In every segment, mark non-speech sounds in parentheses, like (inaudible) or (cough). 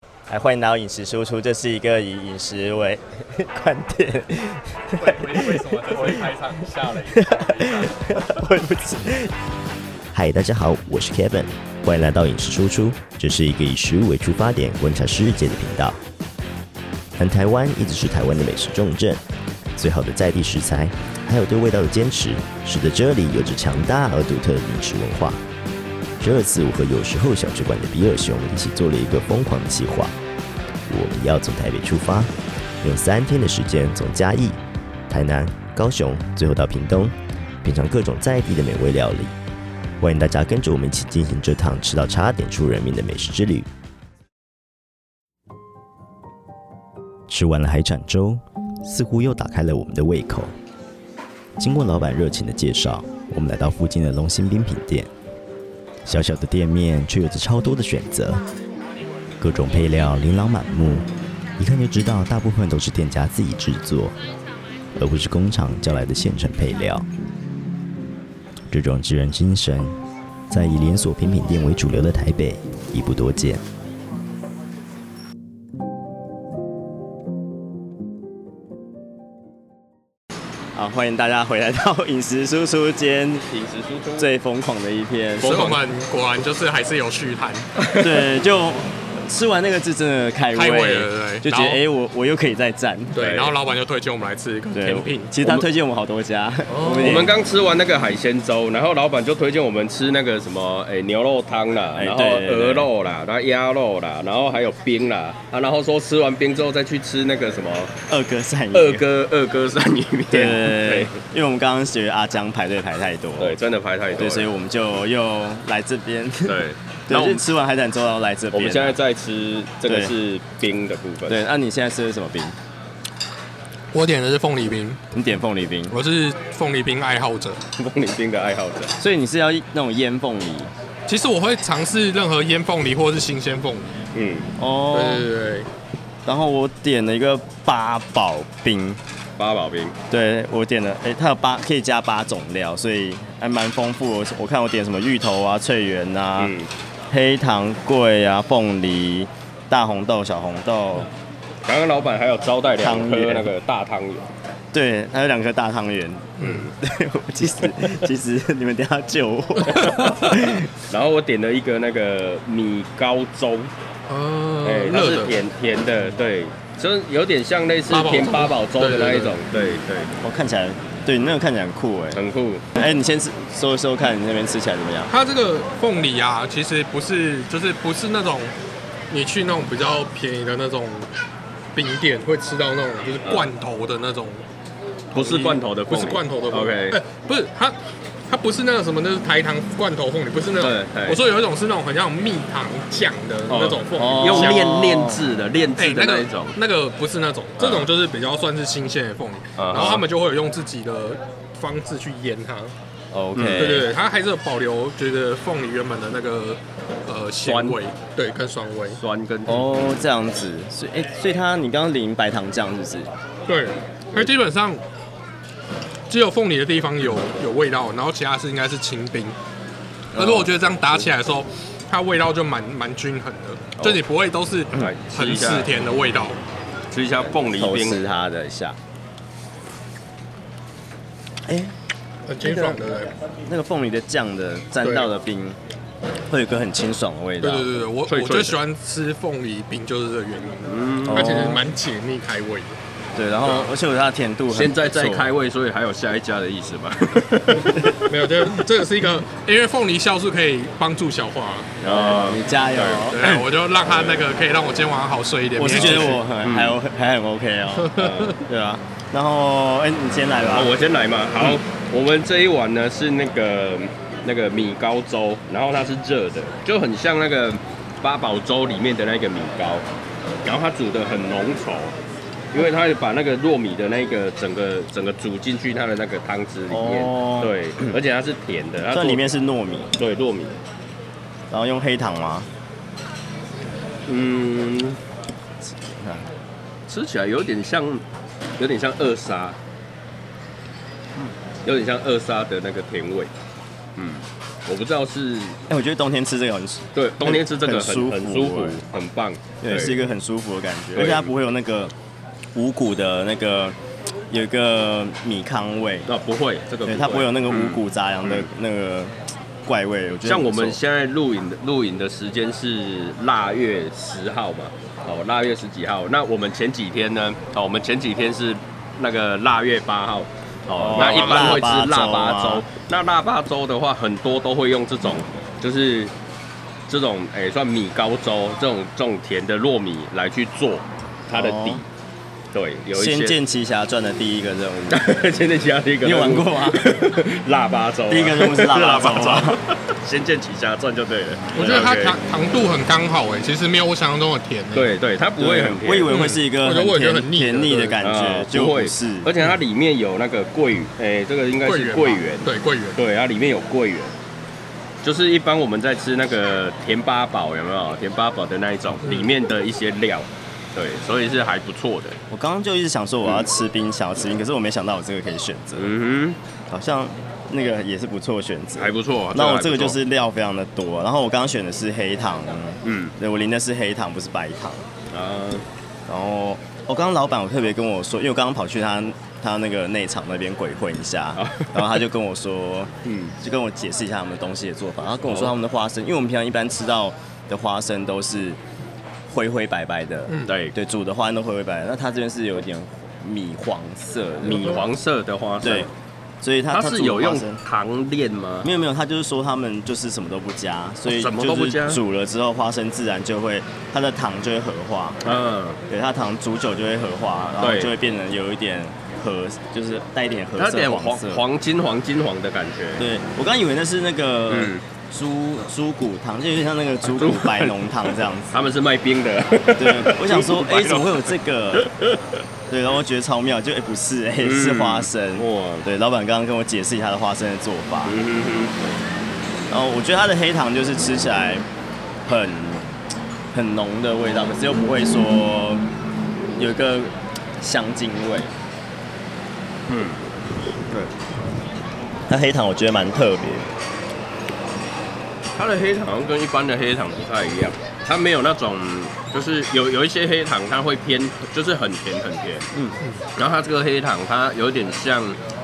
(laughs) 来欢迎来到饮食输出，这是一个以饮食为观点。为为为什么这次开场下了一个？我也不知。嗨，大家好，我是 Kevin，欢迎来到饮食输出，这是一个以食物为出发点观察世界的频道。南台湾一直是台湾的美食重镇，最好的在地食材，还有对味道的坚持，使得这里有着强大而独特的饮食文化。这次我和有时候小吃馆的比尔熊一起做了一个疯狂的计划，我们要从台北出发，用三天的时间从嘉义、台南、高雄，最后到屏东，品尝各种在地的美味料理。欢迎大家跟着我们一起进行这趟吃到差点出人命的美食之旅。吃完了海产粥，似乎又打开了我们的胃口。经过老板热情的介绍，我们来到附近的龙兴冰品店。小小的店面却有着超多的选择，各种配料琳琅满目，一看就知道大部分都是店家自己制作，而不是工厂叫来的现成配料。这种职人精神，在以连锁品品店为主流的台北已不多见。好，欢迎大家回来到饮食叔叔间饮食输出最疯狂的一篇，所以我们果然就是还是有续谈， (laughs) 对，就吃完那个字真的开胃，开胃了对就觉得然哎、后诶我我又可以再战。对，然后老板就推荐我们来吃一个对甜品，其实他推荐我们好多家，我们哦我也们刚吃完那个海鲜粥，然后老板就推荐我们吃那个什么，哎、牛肉汤啦，哎然后对对对鹅肉啦，然后鸭肉啦，然后还有冰啦，啊，然后说吃完冰之后再去吃那个什么二哥善意，二哥二哥鳝鱼面，对对对对，因为我们刚刚觉得阿江排队排太多，对，真的排太多对，了，所以我们就又来这边，对，对，然后我就们吃完海胆之后然后来这边。我们现在在吃这个对是冰的部分，对，那、你现在吃的什么冰？我点的是凤梨冰，你点凤梨冰，我是凤梨冰爱好者。凤梨冰的爱好者，所以你是要那种腌凤梨其实我会尝试任何腌凤梨或是新鲜凤梨。嗯，哦。对对，然后我点了一个八宝冰，八宝冰，对我点了，哎、它有八可以加八种料，所以还蛮丰富的。我我看我点什么芋头啊、翠圆啊、嗯，黑糖桂啊、凤梨、大红豆、小红豆，刚刚老板还有招待两汤颗圆那个大汤圆，对，还有两颗大汤圆。 (laughs) 嗯，对，我其实其实你们等一下救我。然后我点了一个那个米糕粥。呃哎，，它热是的，甜甜的，对，就是有点像类似八宝甜粥八宝粥的对对那一对种，对对，我看起来，对你那个看起来很酷哎。很酷，哎、你先吃搜一搜看你那边吃起来怎么样？它这个凤梨啊，其实不是，就是不是那种你去那种比较便宜的那种冰店会吃到那种就是罐头的那种不是罐头的不凤梨，是罐头的凤梨，OK，哎不是它，它不是那个什么，那是台糖罐头凤梨，不是那种对。对我说有一种是那种很像蜜糖酱的那种凤哦梨，用香面制的炼哎、那个那个不是那种，这种就是比较算是新鲜的凤梨，嗯然后他们就会有用自己的方式去腌它。 ，OK，对对对，它还是有保留觉得凤梨原本的那个呃咸酸味，对，跟酸味。酸跟哦，哦，这样子，所以哎、所以它你刚刚淋白糖酱是不是？对，它基本上只有凤梨的地方有有味道，然后其他是应该是清冰。可是我觉得这样打起来的时候，它味道就蛮蛮均衡的，就你不会都是来吃一很下死甜的味道。吃一下凤梨偷吃冰，它的一下。哎、很清爽的。那个凤梨的酱的沾到的冰，会有一个很清爽的味道。对对对对，我脆脆我的就喜欢吃凤梨冰，就是这个原因。嗯，哦它其实蛮解腻开胃的。对然后对啊而且我觉得它的甜度很现在不错在开胃，所以还有下一家的意思 (laughs) 吧？没有，这这个是一个， (laughs) 因为凤梨酵素可以帮助消化，啊，哦你加油！对，我就让它那个可以让我今天晚上好睡一点。我是觉得明天我很还有还很 OK 哦，对啊。然后哎，你先来吧好，。我先来嘛，嗯好，我们这一碗呢是那个那个米糕粥，然后它是热的，就很像那个八宝粥里面的那个米糕，然后它煮的很浓稠，因为它把那个糯米的那个整个整个煮进去它的那个汤汁里面，哦对，而且它是甜的，它这做里面是糯米，对糯米，然后用黑糖吗？嗯，吃起来有点像有点像二沙，有点像二沙的那个甜味。嗯我不知道是哎，我觉得冬天吃这个很，对冬天吃这个很很舒服很舒服哎，很棒，对，是一个很舒服的感觉，对而且它不会有那个五谷的那个有一个米糠味，啊不会这个对，它不会有那个五谷杂粮的嗯那个怪味。我觉得像我不们错现在录影的录影的时间是腊月十号嘛，哦，腊月十几号。那我们前几天呢？哦，我们前几天是那个腊月八号。哦哦，那一般会吃腊腊八八粥。粥啊那腊八粥的话，很多都会用这种，就是这种哎、算米糕粥这种这种甜的糯米来去做它的底。哦对，有《一些仙剑奇侠传》的第一个任务， (laughs) 仙剑奇侠第一个你有任玩务过吗？ (laughs) 腊八粥啊、第一个任务是腊八粥啊 (laughs) 腊八粥仙剑奇侠传》就对了。我觉得它 OK 糖糖度很刚好哎，其实没有我想象中的甜哎。对对，它不会很甜。嗯我以为会是一个我觉得我也觉得很甜腻甜腻的的对感啊觉，就不会是。而且它里面有那个桂圆，哎、这个应该桂是圆，桂圆。对桂圆，对，它里面有桂圆，就是一般我们在吃那个甜八宝有没有？甜八宝的那一种嗯里面的一些料，对，所以是还不错的。我刚刚就一直想说我要吃冰，想要吃冰，可是我没想到我这个可以选择，嗯好像那个也是不错的选择哼，。还不错、啊。那我还不这个就错是料非常的多，然后我刚刚选的是黑糖，嗯对我淋的是黑糖，不是白糖。啊，然后我刚刚老板有特别跟我说，因为我刚刚跑去他他那个内场那边鬼混一下哦，然后他就跟我说， (laughs) 嗯就跟我解释一下他们的东西的做法。他跟我说哦他们的花生，因为我们平常一般吃到的花生都是灰灰白白的，嗯对，对，煮的花生都灰灰白白的。那他这边是有一点米黄色的，米黄色的花生对，，所以他它煮是的有花用生糖炼吗？没有没有，他就是说他们就是什么都不加，所以什么都不就加是煮了之后花生自然就会它的糖就会合化，嗯，对，它糖煮久就会合化，然后对就会变成有一点褐，就是带一点褐它有色点黄色。黄金黄金黄的感觉。对，我刚以为那是那个嗯猪猪骨糖，就有点像那个猪 (laughs) 猪骨白浓汤这样子。他们是卖冰 (laughs) 的。对，我想 (laughs) 说，哎、怎么会有这个？ (laughs) 哇，对，然后我觉得超妙，就哎、不是，哎、是嗯花生。对，老板刚刚跟我解释一下他的花生的做法，嗯哼哼然后我觉得它的黑糖就是吃起来很很浓的味道，可是又不会说有一个香精味。嗯，那黑糖我觉得蛮特别，它的黑糖好像跟一般的黑糖不太一样，它没有那种就是有有一些黑糖它会偏就是很甜很甜，嗯，然后它这个黑糖它有点像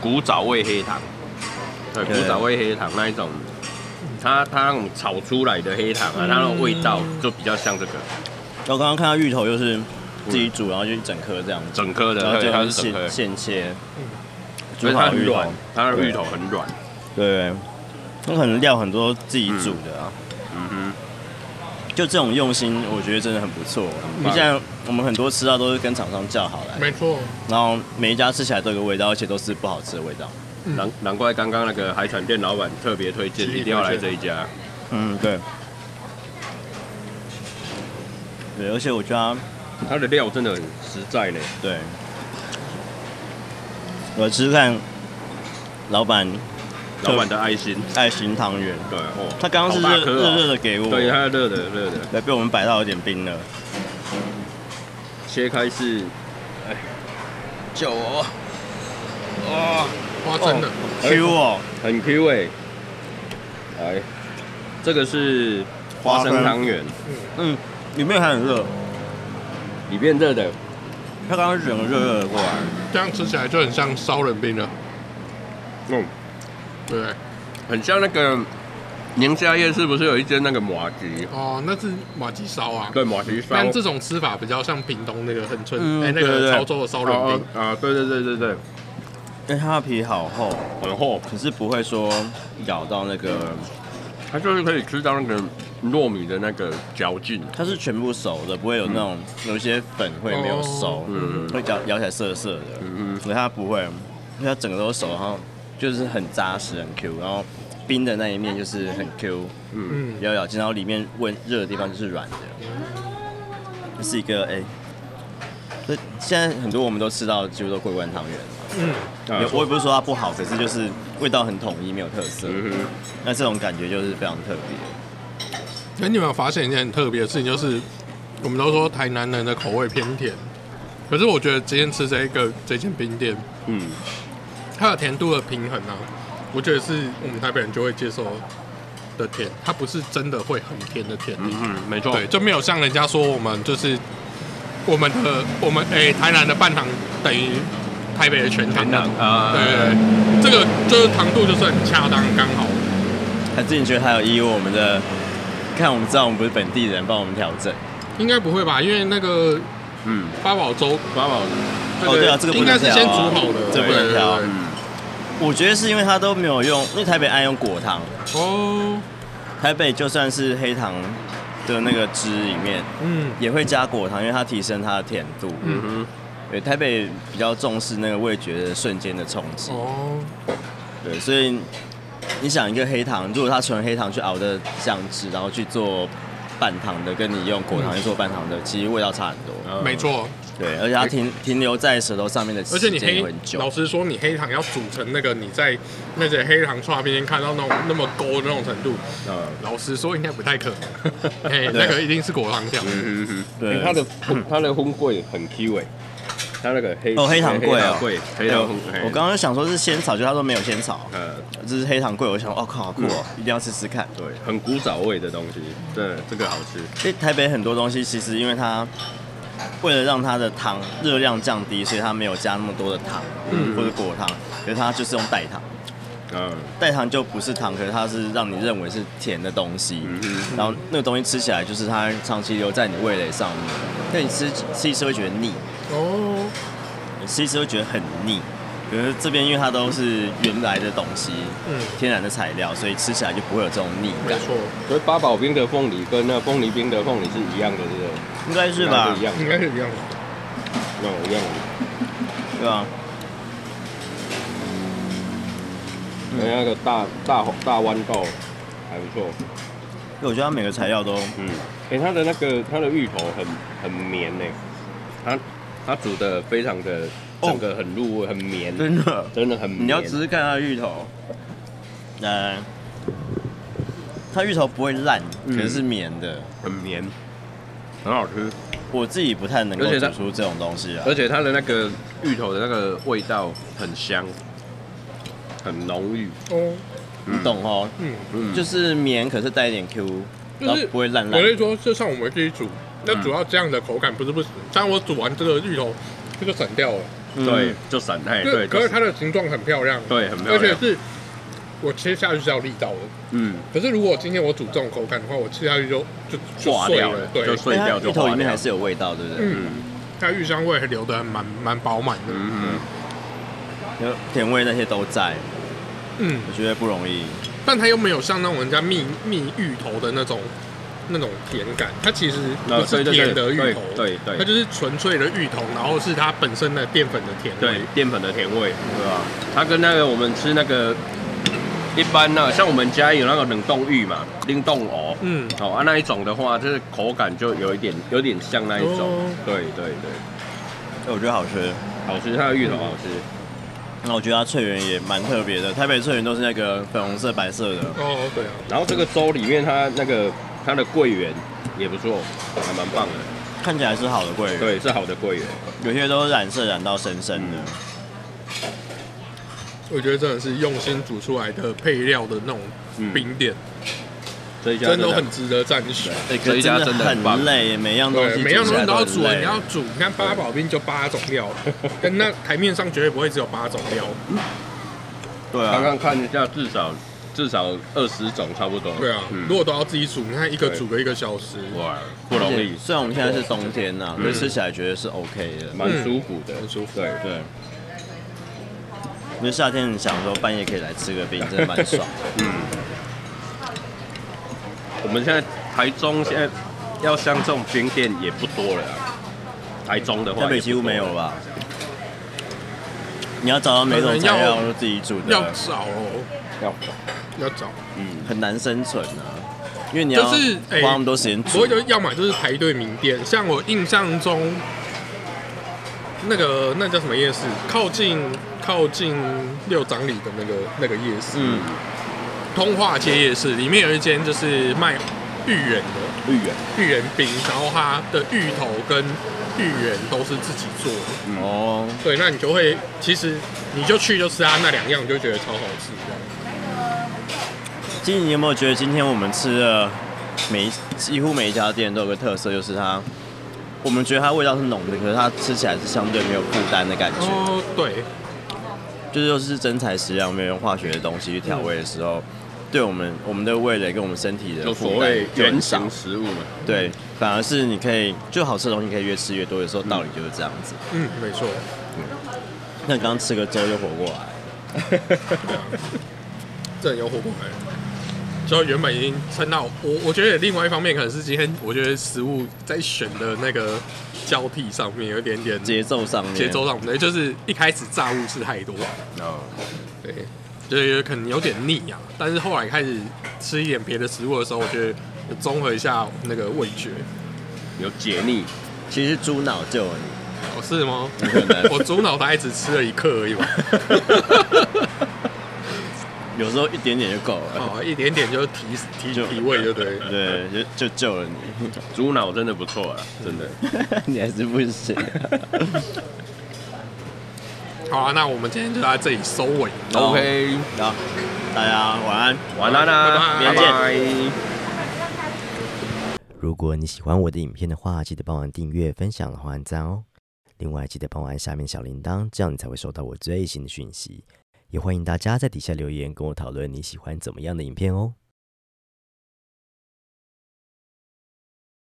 古早味黑糖，对，对古早味黑糖那一种。它它那种炒出来的黑糖啊，嗯它的味道就比较像这个我刚刚看到芋头就是自己煮，然后就一整颗这样子，整颗然的，后对，它就是整颗现，现切，煮所以它好很芋软头，，它的芋头很软，对，那可能料很多自己煮的啊，嗯哼。就这种用心，我觉得真的很不错。因为现在我们很多吃到都是跟厂商叫好来，没错，然后每一家吃起来都有一个味道，而且都是不好吃的味道。难难怪刚刚那个海产店老板特别推荐，极力一定要来推荐这一家。嗯，对。对，而且我觉得它的料真的很实在呢。它对，我吃吃看老板老板的爱心。爱心汤圆，对哦，他刚刚是好大热颗哦热热的给我，对，它热的热的，对，被我们摆到有点冰了。切开是，哎，酒哦，哇，哇，真的， Q 哦，很 Q 哎、来，这个是花生汤圆，嗯，里面还很热，里面热的，他刚刚是整个热热的过来，这样吃起来就很像烧冷冰了，嗯，对不对？很像那个宁夏夜市不是有一间那个麻吉？哦，那是马吉烧啊。对，麻吉烧。但这种吃法比较像屏东那个很纯，嗯哎、那对对个对潮州的烧冷哦冰，啊，对对对对对，因为它的皮好厚，很厚，可是不会说咬到那个，它就是可以吃到那个糯米的那个嚼劲。它是全部熟的，不会有那种、有一些粉会没有熟，嗯嗯会咬咬起来涩涩的，嗯所以它不会，因为它整个都熟，然后就是很扎实很 Q，然后冰的那一面就是很 Q，嗯嗯，咬咬进，然后里面温热的地方就是软的，这是一个哎。这现在很多我们都吃到的几乎都桂冠汤圆，嗯，也我也不是说它不好，可是就是味道很统一，没有特色。嗯哼，那这种感觉就是非常特别。哎、你有没有发现一件很特别的事情？就是我们都说台南人的口味偏甜，可是我觉得今天吃这一个这间冰店，嗯，它的甜度的平衡啊，我觉得是我们台北人就会接受的。的甜，它不是真的会很甜的甜。嗯嗯，没错，对，就没有像人家说我们就是我们的我们诶、台南的半糖等于台北的全糖全那糖种。啊，对对对，这个就是糖度就是很恰当刚好。还是你觉得还有义务我们的？看，我们知道我们不是本地人，帮我们调整。应该不会吧？因为那个嗯，八宝粥，八宝，哦，对啊，这个不应能该是调啊先煮好的，这不能对调。啊对嗯，我觉得是因为他都没有用，因为台北爱用果糖，对哦，台北就算是黑糖的那个汁里面嗯，也会加果糖，因为它提升它的甜度。嗯嗯对，台北比较重视那个味觉的瞬间的冲击。哦，对，所以你想一个黑糖，如果它纯黑糖去熬的酱汁，然后去做半糖的，跟你用果糖去做半糖的，其实味道差很多。哼，没错。对，而且它停停留在舌头上面的而时且间你也黑会很，久老。实说，你黑糖要煮成那个你在那些黑糖串边看到那种那么勾的那种程度，嗯，老实说应该不太可能。哎，那个一定是果糖酱。嗯哼对哼，它的它的烘桂很 Q 哎，它那个黑哦黑糖桂哦桂，黑对糖我烘桂，我刚刚就想说是仙草，就他说没有仙草，呃，这是黑糖桂。我想，哦靠，好酷哦，一定要试试看。对，很古早味的东西，对，这个好吃，因为台北很多东西其实因为它为了让它的糖热量降低，所以它没有加那么多的糖，嗯或者果糖，可是它就是用代糖。嗯代糖就不是糖，可是它是让你认为是甜的东西，嗯哼，然后那个东西吃起来就是它长期留在你味蕾上面，那你吃吃一次会觉得腻，哦，你吃一次会觉得很腻。可是这边因为它都是原来的东西，嗯，天然的材料，所以吃起来就不会有这种腻没感，错，所以八宝冰的凤梨跟那凤梨冰的凤梨是一样的，对不对？应该是应该吧是一？样的，应该是一样的。嗯，一样的，对啊吧？还有那个大大大豌豆还不错，因为我觉得它每个材料都嗯，哎，它的那个它的芋头很很绵哎，它它煮的非常的哦整个很入味，很绵，真的， (laughs) 真的很绵，你要吃吃看它的芋头，呃，它芋头不会烂，可嗯是是绵的，很绵，很好吃。我自己不太能够而且煮它出这种东西啊。而且它的那个芋头的那个味道很香，很浓郁，哦，你懂哦，嗯，嗯，就是绵，可是带一点 Q，然就后是不会烂我烂。是说，就像我们自己煮，那主要这样的口感不是不行。但我煮完这个芋头，这就散掉了。嗯对，，就散开，对，哎对，可是就它的形状很漂亮，对很漂而且亮，是我切下去是要力道的。嗯，可是如果今天我煮这种口感的话，我吃下去就就就化碎掉了，对就，碎掉哎它就芋头化里面掉还，是有味道，对不对？嗯，它芋香味留的蛮蛮饱满的，嗯有甜味那些都在，嗯，我觉得不容易。但它又没有像那种人家蜜蜜芋头的那种那种甜感，它其实那不是对对对甜的芋头，对对对它就是纯粹的芋头，然后是它本身的淀粉的甜对味，，淀粉的甜味，对吧？它跟那个我们吃那个一般呢，像我们家有那个冷冻芋嘛，冷冻藕，嗯，哦啊那一种的话，就是口感就有一点有点像那一种哦，对对对，哎我觉得好吃，好吃，它的芋头好吃，那我觉得它翠圆也蛮特别的。台北翠圆都是那个粉红色、白色的，哦，对啊，然后这个粥里面它那个它的桂圆也不错，还蛮棒的。看起来是好的桂圆，对，是好的桂圆。有些都染色染到深深的。嗯我觉得真的是用心煮出来的配料的那种嗯啊冰点，这一家真的很值得赞许。对，这一哎家可是真的很棒很累，每样东对，西每样起东来西都要很煮，累你要煮。你看八宝冰就八种 (laughs) 料，跟那台面上绝对不会只有八种料。对刚啊，刚看一下，至少至少二十种差不多。嗯对啊，嗯如果都要自己煮，你看一个煮个一个小时，哇，不容易，虽然我们现在是冬天呐，嗯可是吃起来觉得是 OK 的。蛮舒服的，很舒服对对，对，因为夏天你想说半夜可以来吃个冰，真的蛮爽。 (laughs) 我们现在台中现在要像这种冰店也不多了啊。台中的话，台北几乎没有了。吧？你要找到每种材料都自己煮要的，找哦，要要找。嗯，很难生存啊，因为你要就是哎花那么多时间所煮以。就要么就是排队名店，像我印象中，那个那叫什么夜市，靠近靠近六张里的那个那个夜市，嗯，通化街夜市里面有一间就是卖芋圆的，芋圆，芋圆冰，然后它的芋头跟芋圆都是自己做的。哦，对，那你就会啊其实你就去就吃它那两样，你就觉得超好吃这样。其实你有没有觉得今天我们吃的每一几乎每一家店都有个特色，就是它，我们觉得它味道是浓的，可是它吃起来是相对没有负担的感觉，哦，对，就是就是真材实料，没有用化学的东西去调味的时候，对我们我们的味蕾跟我们身体的就所负担谓就很原少型食物嘛。对，反而是你可以就好吃的东西可以越吃越多，有时候道理就是这样子。嗯，没错，那你刚刚吃个粥就活过来，这有火锅来了。就原本已经撑到我，我觉得另外一方面可能是今天，我觉得食物在选的那个交替上面有一点点节奏上面节奏上面，就是一开始炸物吃太多，哦对，就是可能有点腻啊。但是后来开始吃一点别的食物的时候，我觉得有综合一下那个味觉，有解腻，其实猪脑救了你。哦，是吗可能？ (laughs) 我猪脑大概只吃了一克 (laughs) 而已吧，有时候一点点就够了，哦，一点点就提提就提味，对不哦对？对，就就救了你，猪脑真的不错啊，真的。你还是不行。好啊，那我们今天就在这里收尾。好 OK，好，大家晚安。晚安啦，拜拜见。如果你喜欢我的影片的话，记得帮我按订阅、分享和按赞哦。另外，记得帮我按下面小铃铛，这样你才会收到我最新的讯息。也欢迎大家在底下留言跟我讨论你喜欢怎么样的影片哦。